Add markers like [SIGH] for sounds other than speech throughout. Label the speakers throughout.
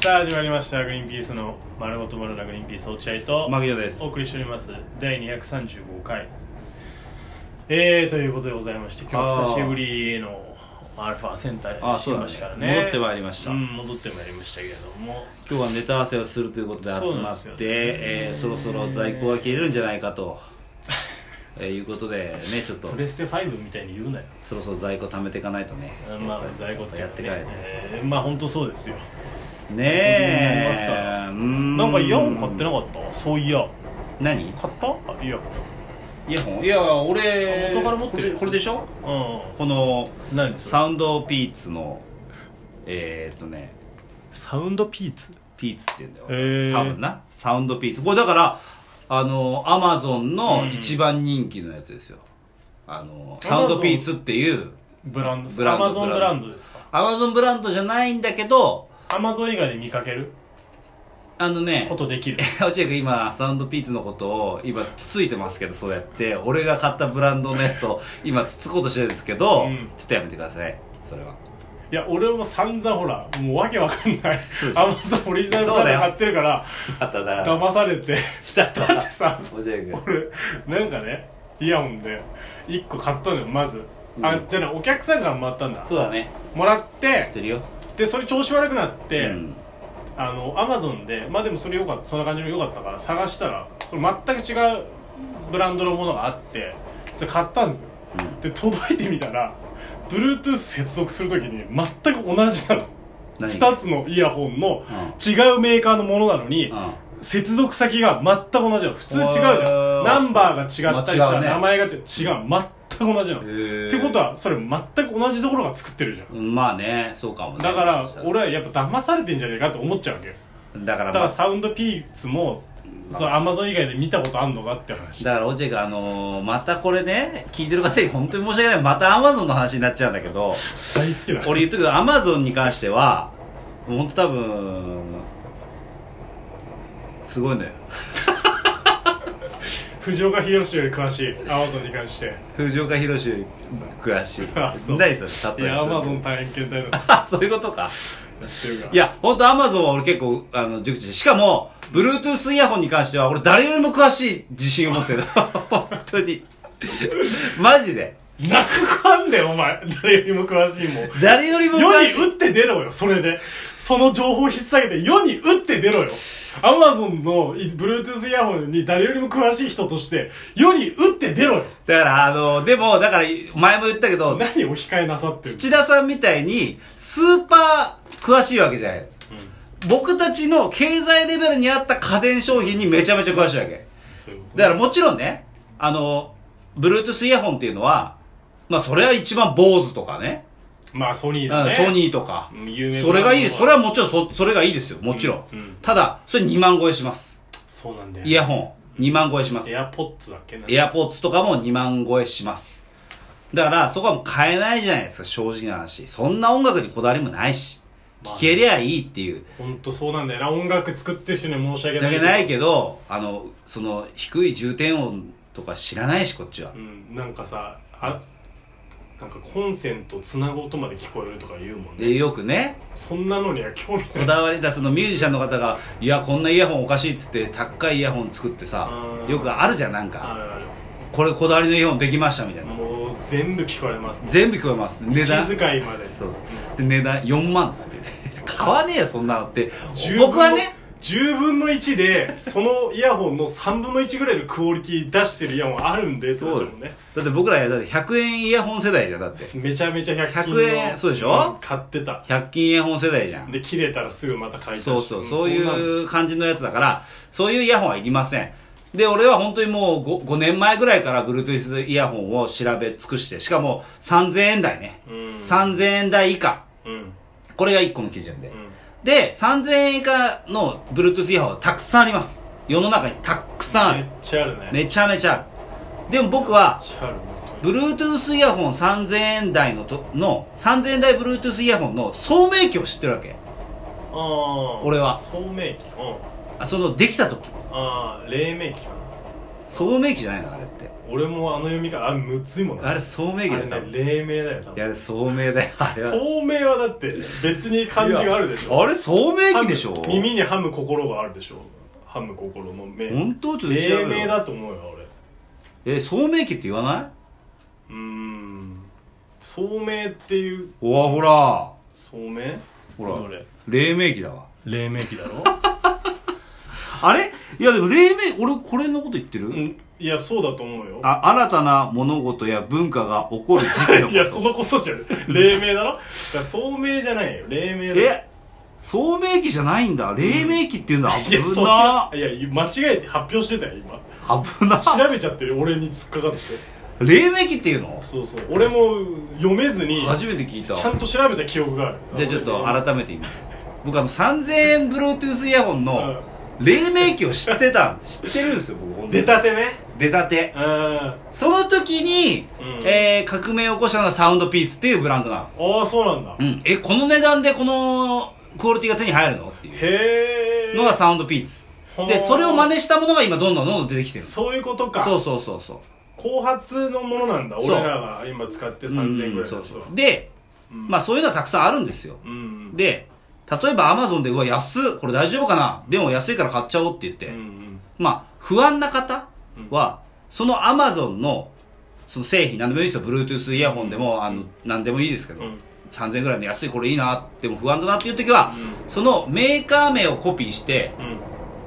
Speaker 1: さあ始まりましたグリーンピースの丸ごと丸なグリーンピース落合と
Speaker 2: マギオです
Speaker 1: お送りしております第235回えー、ということでございまして今日は久しぶりのアルファセンター
Speaker 2: あーそうだね
Speaker 1: 新橋からね
Speaker 2: 戻ってまいりました
Speaker 1: うん、戻ってまいりましたけれども
Speaker 2: 今日はネタ合わせをするということで
Speaker 1: そう
Speaker 2: 集
Speaker 1: なん
Speaker 2: ま
Speaker 1: で
Speaker 2: っ
Speaker 1: すよ
Speaker 2: て
Speaker 1: ね
Speaker 2: そ,、えーそろそろ在庫が切れるんじゃないか
Speaker 1: [LAUGHS]
Speaker 2: と、えーいうことでねちょっと
Speaker 1: プレステ5みたいに言うなよ
Speaker 2: そろそろ在庫貯めていかないとね
Speaker 1: まあ在庫って
Speaker 2: やって
Speaker 1: ね
Speaker 2: かないと
Speaker 1: えーまあ本当そうですよ
Speaker 2: ねえうーん
Speaker 1: なんかイヤホン買ってなかったそういや
Speaker 2: 何
Speaker 1: 買ったあイヤホ
Speaker 2: イヤホンいや俺
Speaker 1: あ元から持ってる
Speaker 2: これこれでしょ
Speaker 1: ンうん
Speaker 2: この
Speaker 1: 何それ
Speaker 2: サウンドピーツのえー、っとね
Speaker 1: サウンドピーツ
Speaker 2: ピーツって言うんだよ、
Speaker 1: へー
Speaker 2: 多分なサウンドピーツこれだからあのアマゾンの一番人気のやつですよ、あのサウンドピーツっていう
Speaker 1: ブランド
Speaker 2: ブラ
Speaker 1: ア
Speaker 2: ンド
Speaker 1: マゾンブランドですか
Speaker 2: アマゾンブランドじゃないんだけど
Speaker 1: アマゾン以外で見かける
Speaker 2: あのね
Speaker 1: ことできる
Speaker 2: 落合君今サウンドピーツのことを今つついてますけどそうやって俺が買ったブランドのやつを今つつこうとしてるんですけ
Speaker 1: う
Speaker 2: ど、
Speaker 1: ん
Speaker 2: ちょっとやめてくださいそれはい
Speaker 1: や俺も散々ほらもうわけわかんない
Speaker 2: そうでしょ
Speaker 1: アマゾンオリジナルブランド買ってるから
Speaker 2: あったな落合
Speaker 1: 騙されてだってさ
Speaker 2: 君
Speaker 1: 俺なんかねイヤホンで1個買ったのよまず、
Speaker 2: うん
Speaker 1: あじゃあねお客さんからもらったんだ
Speaker 2: そうだね
Speaker 1: もらっ
Speaker 2: 知っててるよ、
Speaker 1: でそれ調子悪くなって、
Speaker 2: うん
Speaker 1: あのアマゾンでまあでもそれよかったそんな感じの良かったから探したらそれ全く違うブランドのものがあってそれ買ったんですよ
Speaker 2: うん
Speaker 1: で届いてみたら Bluetooth 接続するときに全く同じなの
Speaker 2: 何
Speaker 1: 2つのイヤホンの
Speaker 2: う
Speaker 1: 違うメーカーのものなのに
Speaker 2: んうん
Speaker 1: 接続先が全く同じなの普通違うじゃ
Speaker 2: へー
Speaker 1: んナンバーが違ったり
Speaker 2: まあ違
Speaker 1: さ
Speaker 2: うね
Speaker 1: 名前が違う違う全く同じなのっ
Speaker 2: って
Speaker 1: ことはそれ全く同じところが作ってるじゃん
Speaker 2: まあねそうかもね
Speaker 1: だから
Speaker 2: そうした
Speaker 1: 俺はやっぱ騙されてんじゃねえかって思っちゃうわけよ
Speaker 2: だか
Speaker 1: だか
Speaker 2: ら、ま
Speaker 1: ら
Speaker 2: あ
Speaker 1: サウンドピーツもそのアマゾン以外で見たことあんのかって話
Speaker 2: だから落合があのーまたこれね聞いてる方に本当に申し訳ないまたアマゾンの話になっちゃうんだけ
Speaker 1: [LAUGHS]
Speaker 2: ど
Speaker 1: 大好きだ
Speaker 2: 俺言っとくけどアマゾンに関してはもう本当多分すごいんだよ
Speaker 1: 藤岡弘より詳しいアマゾンに関して
Speaker 2: 藤岡弘より詳し
Speaker 1: あそう
Speaker 2: い何そ
Speaker 1: い
Speaker 2: れ例え
Speaker 1: やアマ
Speaker 2: ば
Speaker 1: ゾン大変携帯だっ
Speaker 2: あ [LAUGHS] そういうことか
Speaker 1: てるから
Speaker 2: いや本当アマゾンは俺結構あの熟知してしかも Bluetooth イヤホンに関しては俺誰よりも詳しい自信を持ってる [LAUGHS] 本当にマジで
Speaker 1: 泣くかんねんお前誰よりも詳しいもん
Speaker 2: 誰よりも
Speaker 1: 世
Speaker 2: 詳
Speaker 1: に
Speaker 2: しい
Speaker 1: 打って出ろよそれでその情報を引っ提げて世に打って出ろよアマゾンのい Bluetooth イヤホンに誰よりも詳しい人として世に打って出ろよ
Speaker 2: だから、あの、でも、だから、前も言ったけど、
Speaker 1: 何を控えなさってる
Speaker 2: 土田さんみたいに、スーパー詳しいわけじゃない。僕たちの経済レベルに合った家電商品にめちゃめちゃ詳しいわけ。
Speaker 1: そういうこと
Speaker 2: だからもちろんね、あの、Bluetooth イヤホンっていうのは、まあそれは一番 BOSE とかね、
Speaker 1: まあソニー
Speaker 2: う
Speaker 1: だ
Speaker 2: ん
Speaker 1: ね
Speaker 2: ソニーとか
Speaker 1: うん有名、な
Speaker 2: それがいいです。
Speaker 1: も
Speaker 2: そ
Speaker 1: の
Speaker 2: れ
Speaker 1: は
Speaker 2: はもちろんそ、それがいいですよ。もちろん。
Speaker 1: うんうん
Speaker 2: ただ、それ2万超えします。
Speaker 1: そうなんだよ
Speaker 2: イヤホン、2万超えします。
Speaker 1: エアポッツだっけな
Speaker 2: エアポッツとかも2万超えします。だから、そこはもう買えないじゃないですか、正直な話。そんな音楽にこだわりもないし。
Speaker 1: まあ
Speaker 2: 聴けりゃいいっていう。
Speaker 1: ほんとそうなんだよな音楽作ってる人には申し訳
Speaker 2: だ
Speaker 1: ない
Speaker 2: けないけど、あの、その、低い重点音とか知らないし、こっちは
Speaker 1: う。んなんかさあなんかコンセントつなぐ音まで聞こえるとか言うもんね
Speaker 2: で、よくね、
Speaker 1: そんなのには興味
Speaker 2: こ
Speaker 1: ない
Speaker 2: だわりだ、そのミュージシャンの方が、いや、こんなイヤホンおかしいっつって、高いイヤホン作ってさ
Speaker 1: う、ん
Speaker 2: よくあるじゃん、なん
Speaker 1: あ
Speaker 2: か。
Speaker 1: るあ
Speaker 2: これこだわりのイヤホンできました、みたい
Speaker 1: る
Speaker 2: な。
Speaker 1: もう全部聞こえます
Speaker 2: 全部聞こえます。値段。
Speaker 1: 気遣いまで
Speaker 2: そうそう。で、値段4万って。 [LAUGHS] 買わねえよ、そんなのって
Speaker 1: 10。分の
Speaker 2: 僕はね、
Speaker 1: 10分の1でそのイヤホンの3分の1ぐらいのクオリティ出してるイヤホンあるんでってなっちゃうもんね
Speaker 2: だって僕らだって100円イヤホン世代じゃんだって
Speaker 1: めちゃめちゃ100均の
Speaker 2: 100円そうでしょ
Speaker 1: ん買ってた
Speaker 2: 100均イヤホン世代じゃん
Speaker 1: で切れたらすぐまた買い足して
Speaker 2: そうそうそう
Speaker 1: そんなの
Speaker 2: いう感じのやつだからそういうイヤホンはいりませんで俺は本当にもう 5, 5年前ぐらいから Bluetooth イヤホンを調べ尽くしてしかも3000円台ね、
Speaker 1: うん
Speaker 2: 3000円台以下
Speaker 1: うん
Speaker 2: これが1個の基準で、
Speaker 1: うん
Speaker 2: で3000円以下の Bluetooth イヤホンはたくさんあります世の中にたくさんあ
Speaker 1: めっ
Speaker 2: る
Speaker 1: ちゃあるねめっ
Speaker 2: めちゃめちゃあるでも僕は
Speaker 1: ちゃある本当に
Speaker 2: Bluetooth イヤホン3000円台のと、の、3000円台 Bluetooth イヤホンの聡明機を知ってるわけ。
Speaker 1: ああ
Speaker 2: 俺は
Speaker 1: 聡明機うん
Speaker 2: あその、できた時。
Speaker 1: ああ黎明期かな
Speaker 2: 聡明期じゃないのあれって
Speaker 1: 俺もあの読み方あれむついもんな
Speaker 2: あれ聡明期だよ多
Speaker 1: あれ
Speaker 2: 分
Speaker 1: ね
Speaker 2: い
Speaker 1: 黎明だよ多分
Speaker 2: や聡明だよあれは
Speaker 1: 聡明はだって別に漢字があるでし
Speaker 2: いや
Speaker 1: ょ
Speaker 2: あれ聡明期でしょ
Speaker 1: ハム耳にハム心があるでしょハム心の目
Speaker 2: 本当ちょっと違
Speaker 1: 黎
Speaker 2: う
Speaker 1: 明
Speaker 2: よ
Speaker 1: だと思うよ俺
Speaker 2: え聡明期って言わないう
Speaker 1: ーん聡明っていう
Speaker 2: おわほら
Speaker 1: 聡明
Speaker 2: ほ
Speaker 1: ど
Speaker 2: ら
Speaker 1: れ
Speaker 2: 黎明期だわ
Speaker 1: 黎明期だろ
Speaker 2: あれいやでも黎明俺これのこと言ってる、
Speaker 1: うんいやそうだと思うよ
Speaker 2: あ新たな物事や文化が起こる時期の
Speaker 1: [LAUGHS] いや
Speaker 2: こ
Speaker 1: そ
Speaker 2: と
Speaker 1: のこそじゃん黎明だろだから聡明じゃないよ黎明だよ
Speaker 2: え聡明期じゃないんだ黎明期っていうんだ
Speaker 1: いや
Speaker 2: 危
Speaker 1: そん
Speaker 2: な
Speaker 1: ないや間違えて発表してたよ今
Speaker 2: 危な
Speaker 1: 調べちゃってる俺に突っかかっ
Speaker 2: [LAUGHS]
Speaker 1: て
Speaker 2: 黎明期っていうの
Speaker 1: そうそう俺も読めずに
Speaker 2: 初めて聞いた
Speaker 1: ちゃんと調べた記憶がある
Speaker 2: じゃあちょっと
Speaker 1: あ
Speaker 2: 改めて言います僕あの3000円 Bluetooth イヤホンの黎明期を知ってたん知ってるんですよ僕ほんと
Speaker 1: 出たてね
Speaker 2: 出たて
Speaker 1: うんあ
Speaker 2: その時に、
Speaker 1: うん
Speaker 2: えー革命を起こしたのがサウンドピーツっていうブランドなの
Speaker 1: あそうなんだ
Speaker 2: うんえこの値段でこのクオリティが手に入るのっていう
Speaker 1: へえ
Speaker 2: のがサウンドピーツ
Speaker 1: ほー
Speaker 2: でそれを真似したものが今どんどんどんどん出てきてる
Speaker 1: そういうことか
Speaker 2: そうそうそうそう
Speaker 1: 後発のものなんだ
Speaker 2: そう
Speaker 1: 俺らが今使って3000円ぐら
Speaker 2: うん
Speaker 1: い
Speaker 2: そう
Speaker 1: の
Speaker 2: そうで、まあそういうのはたくさんあるんですよ
Speaker 1: うん
Speaker 2: で例えばアマゾンでうわ安っこれ大丈夫かなでも安いから買っちゃおうって言って、
Speaker 1: うんうん
Speaker 2: まあ、不安な方は、そのアマゾンの、その製品、何でもいいですよ。Bluetooth イヤホンでも、あの、何でもいいですけど、
Speaker 1: うん
Speaker 2: 3000円ぐらいの安いこれいいな、でも不安だなっていう時は、
Speaker 1: う
Speaker 2: そのメーカー名をコピーして、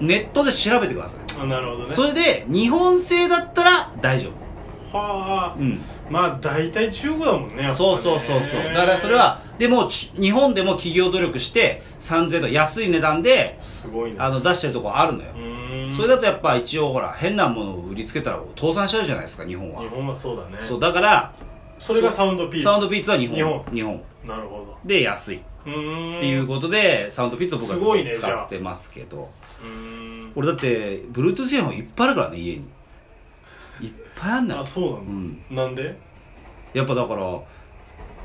Speaker 1: うん
Speaker 2: ネットで調べてください。
Speaker 1: あなるほどね
Speaker 2: それで、日本製だったら大丈夫。
Speaker 1: はあ、
Speaker 2: うん。
Speaker 1: まあ大体中国だもんねやっぱね
Speaker 2: そうそうそうそう。だからそれは、でも、ち日本でも企業努力して、3000円と安い値段で、
Speaker 1: すごいね
Speaker 2: あの、出してるとこあるのよ
Speaker 1: う。ーん
Speaker 2: それだとやっぱ一応ほら、変なものを売りつけたら倒産しちゃうじゃないですか、日本は
Speaker 1: 日。本はそうだね
Speaker 2: そうだから
Speaker 1: それがサウンドピース
Speaker 2: サウンドピーツは日本
Speaker 1: 日本なるほ
Speaker 2: で安いっ
Speaker 1: どうーん
Speaker 2: ていうことで、サウンドピーツを僕
Speaker 1: すご
Speaker 2: はい
Speaker 1: ね
Speaker 2: ずっと
Speaker 1: じゃ
Speaker 2: 使
Speaker 1: あ
Speaker 2: ってますけど、
Speaker 1: うーん
Speaker 2: 俺だって Bluetooth イヤホンいっぱいあるからね家にいっぱいあんだ
Speaker 1: あ
Speaker 2: よ
Speaker 1: そうなの、
Speaker 2: うん
Speaker 1: なんで
Speaker 2: やっぱだからだか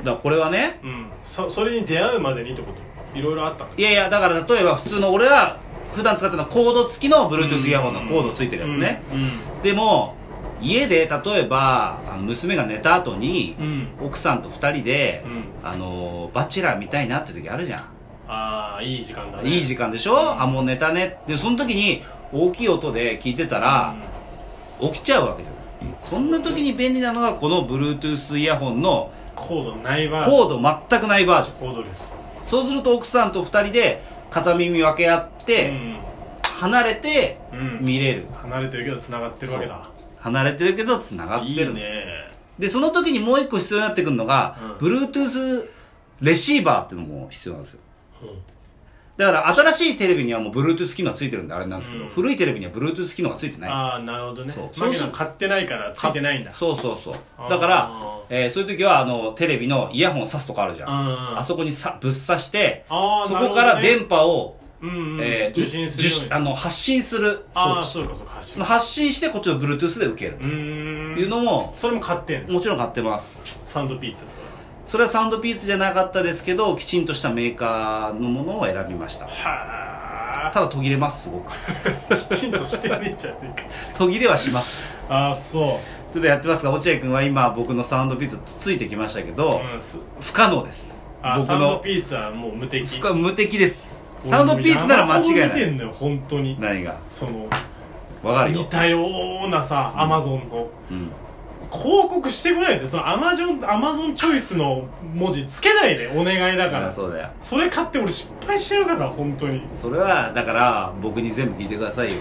Speaker 2: らこれはね
Speaker 1: うんさそれに出会うまでにってこといろいろあったの
Speaker 2: いやいやだから例えば普通の俺は普段使ってるのはコード付きの Bluetooth イヤホンのコードついてるやつね、でも家で例えばあの娘が寝た後に
Speaker 1: うんうん、うん
Speaker 2: 奥さんと二人で、
Speaker 1: うん
Speaker 2: あのバチェラー見たいなって時あるじゃん
Speaker 1: ああいい時間だね
Speaker 2: いい時間でしょあ、もう寝たね。で、その時に大きい音で聞いてたら、起きちゃうわけじゃない。そんな時に便利なのがこの Bluetooth イヤホンの
Speaker 1: コードないわ
Speaker 2: コード全くないバージョン。
Speaker 1: コードです
Speaker 2: そうすると奥さんと二人で片耳分け合っ
Speaker 1: う
Speaker 2: て、
Speaker 1: ん
Speaker 2: 離れて
Speaker 1: うん
Speaker 2: 見れる。
Speaker 1: 離れてるけど繋がってるわけだ
Speaker 2: 離れてるけど繋がってる。
Speaker 1: ね
Speaker 2: で、その時にもう一個必要になってくるのが、
Speaker 1: う
Speaker 2: Bluetooth レシーバーっていうのも必要なんですよ。
Speaker 1: うん
Speaker 2: だから新しいテレビにはもう Bluetooth 機能ついてるんであれなんですけど、
Speaker 1: うん
Speaker 2: 古いテレビには Bluetooth 機能がついてない。
Speaker 1: ああなるほどね
Speaker 2: そう
Speaker 1: マキ
Speaker 2: そうす
Speaker 1: の
Speaker 2: る
Speaker 1: 買ってないからついてないんだ
Speaker 2: そうそうそうだか
Speaker 1: あ
Speaker 2: ら、えーそういう時はあのテレビのイヤホン挿すとかあるじゃん、
Speaker 1: うん
Speaker 2: あそこにさぶっ刺して
Speaker 1: あー
Speaker 2: そ
Speaker 1: なる
Speaker 2: こ
Speaker 1: ほどね
Speaker 2: から電波を、
Speaker 1: うんうん
Speaker 2: えー
Speaker 1: 受信するように
Speaker 2: 受あの発信する装
Speaker 1: ああ
Speaker 2: 置
Speaker 1: そうかそうか発
Speaker 2: そ
Speaker 1: 信
Speaker 2: の発信してこっちの Bluetooth で受ける
Speaker 1: うーん
Speaker 2: というのも
Speaker 1: それも買ってんの
Speaker 2: もちろん買ってます
Speaker 1: サンドピーツです
Speaker 2: それはサウンドピーツじゃなかったですけどきちんとしたメーカーのものを選びました
Speaker 1: は
Speaker 2: ただ途切れますすごく
Speaker 1: あきちんとしてねえじゃねえ
Speaker 2: 途切れはします
Speaker 1: かああそ
Speaker 2: ちょっとやってますが落合君は今僕のサウンドピーツつついてきましたけ
Speaker 1: う、
Speaker 2: ど、
Speaker 1: うん、す
Speaker 2: 不可能です
Speaker 1: あ
Speaker 2: 僕
Speaker 1: サンド
Speaker 2: の
Speaker 1: ピーツはもう無敵
Speaker 2: 不可無敵ですサウンドピーツなら間違い
Speaker 1: 俺も山ほ
Speaker 2: な
Speaker 1: ど見て
Speaker 2: い
Speaker 1: んのよ本当に
Speaker 2: 何が
Speaker 1: その
Speaker 2: わかる
Speaker 1: 似
Speaker 2: よ、
Speaker 1: たようなさアマゾンの
Speaker 2: うん、
Speaker 1: 広告してこないでそのアマゾンアマゾンチョイスの文字つけないでお願いだから
Speaker 2: あそうだよ
Speaker 1: それ買って俺失敗してるから本当に
Speaker 2: それはだから僕に全部聞いてくださいよ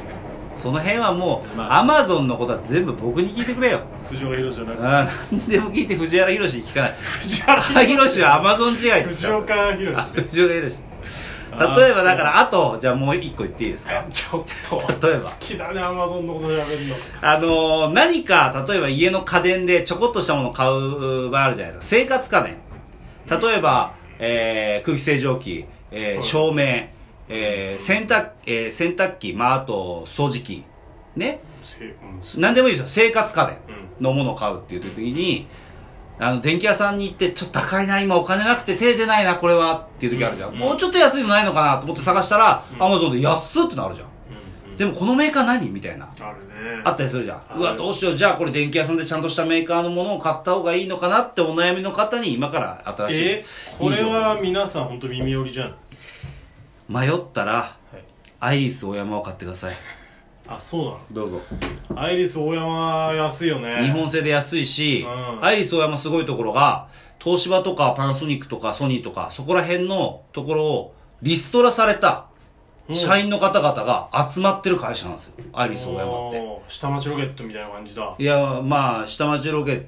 Speaker 2: その辺はもう、
Speaker 1: まあ
Speaker 2: アマゾンのことは全部僕に聞いてくれよ
Speaker 1: 藤原宏じゃなくて
Speaker 2: あー何でも聞いて藤原宏に聞かない
Speaker 1: 藤原
Speaker 2: 藤原宏はアマゾン違いで
Speaker 1: 藤
Speaker 2: すから
Speaker 1: 岡弘
Speaker 2: あ
Speaker 1: あ
Speaker 2: 藤原宏
Speaker 1: あ
Speaker 2: 例えばだからあとじゃあもう一個言っていいですか
Speaker 1: ちょっと
Speaker 2: 例えば
Speaker 1: 好きだねアマゾンのこと喋るの
Speaker 2: あのー何か、例えば家の家電でちょこっとしたものを買う場合あるじゃないですか。生活家電。例えば、えー、空気清浄機、えー
Speaker 1: はい
Speaker 2: 照明、えー、洗濯、えー洗濯機、まあ、あと、掃除機。ね。
Speaker 1: せうんす
Speaker 2: 何でもいいですよ。生活家
Speaker 1: う
Speaker 2: 電
Speaker 1: ん
Speaker 2: のものを買うっていう時に、あの、電気屋さんに行って、ちょっと高いな、今お金なくて手出ないな、これは、っていう時あるじゃん。
Speaker 1: うん
Speaker 2: もうちょっと安いのないのかなと思って探したら、
Speaker 1: うん
Speaker 2: アマゾンで安っってなるじゃん。
Speaker 1: うんうん
Speaker 2: でもこのメーカー何みたいな
Speaker 1: あるね
Speaker 2: あったりするじゃん
Speaker 1: あ。る
Speaker 2: うわ、どうしよう。じゃあこれ電気屋さんでちゃんとしたメーカーのものを買った方がいいのかなってお悩みの方に今から新しい。
Speaker 1: えこれは皆さん本当耳寄りじゃん、は
Speaker 2: 迷ったら、
Speaker 1: い、
Speaker 2: アイリスオーヤマを買ってください。
Speaker 1: あそ
Speaker 2: どうぞ。
Speaker 1: うなのアイリス大山安いよね
Speaker 2: 日本製で安いし、
Speaker 1: うん
Speaker 2: アイリスオーヤマすごいところが、東芝とかパナソニックとかソニーとか、そこら辺のところをリストラされた
Speaker 1: うん
Speaker 2: 社員の方々が集まってる会社なんですよ。アイリスオーヤマって。
Speaker 1: おー下町ロケットみたいな感じだ [LAUGHS]
Speaker 2: いや、まあ、下町ロケッ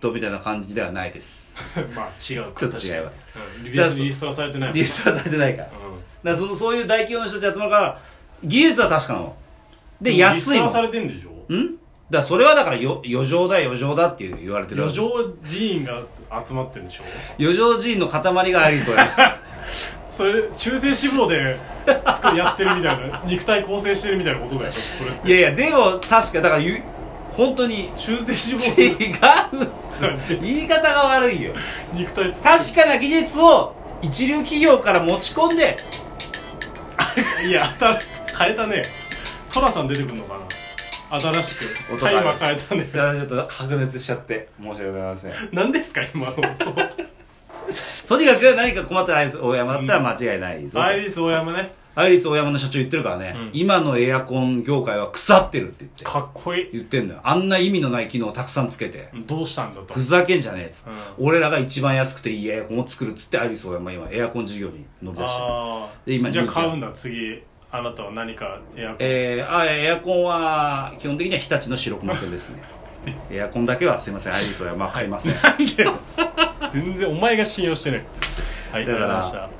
Speaker 2: トみたいな感じではないです。
Speaker 1: [LAUGHS] まあ違う
Speaker 2: ちょっと違います、
Speaker 1: うん、リベースリストラされてない
Speaker 2: リストラされてないから。
Speaker 1: う
Speaker 2: だからそのそういう大企業の人たち集まるから技術は確かなの
Speaker 1: ん
Speaker 2: で
Speaker 1: もリス
Speaker 2: 安い
Speaker 1: ト
Speaker 2: も
Speaker 1: ラ
Speaker 2: んんだ
Speaker 1: さ
Speaker 2: か
Speaker 1: れてんでしょ
Speaker 2: らそれはだからよ余剰だ余剰だっていう言われてる
Speaker 1: 余剰寺院が集まってるんでしょ
Speaker 2: 余剰人の塊がありそうや
Speaker 1: [LAUGHS] それ中性脂肪で作りやってるみたいな肉体構成してるみたいなことだよそれって
Speaker 2: いやいやでも確かだからゆ本当に
Speaker 1: 中性
Speaker 2: 違
Speaker 1: 脂
Speaker 2: う
Speaker 1: 肪
Speaker 2: っ
Speaker 1: で
Speaker 2: つう言い方が悪いよ
Speaker 1: 肉体作
Speaker 2: 確かな技術を一流企業から持ち込んで
Speaker 1: るいや当たる変えたねトラさん出てくるのかな新しく
Speaker 2: 音
Speaker 1: タ
Speaker 2: が
Speaker 1: イマー変えたね
Speaker 2: それはちょっと白熱しちゃって申し訳ございません
Speaker 1: 何ですか今の音
Speaker 2: とにかく何か困ったらアイリス大山だったら間違いないぞ
Speaker 1: アイリス大山ね
Speaker 2: アイリス大山の社長言ってるからね、
Speaker 1: うん
Speaker 2: 今のエアコン業界は腐ってるって言って。
Speaker 1: かっこいい
Speaker 2: 言ってんだよ。あんな意味のない機能をたくさんつけて。
Speaker 1: どうしたんだと
Speaker 2: ふざけんじゃねえっつって、
Speaker 1: う
Speaker 2: 俺らが一番安くていいエアコンを作るっつって、アイリス大山今エアコン事業に乗り出してる。
Speaker 1: あ
Speaker 2: で今
Speaker 1: あじゃあ
Speaker 2: 人気だ
Speaker 1: 買うんだ次あなたは何かエアコン
Speaker 2: えー、あエアコンは、基本的には日立の白熊くんです
Speaker 1: [LAUGHS]
Speaker 2: ね。エアコンだけはすいません、アイリス大山は買いません。
Speaker 1: [LAUGHS] 全然お前が信用してないはいあり
Speaker 2: だ
Speaker 1: が
Speaker 2: か
Speaker 1: とうございました
Speaker 2: ら、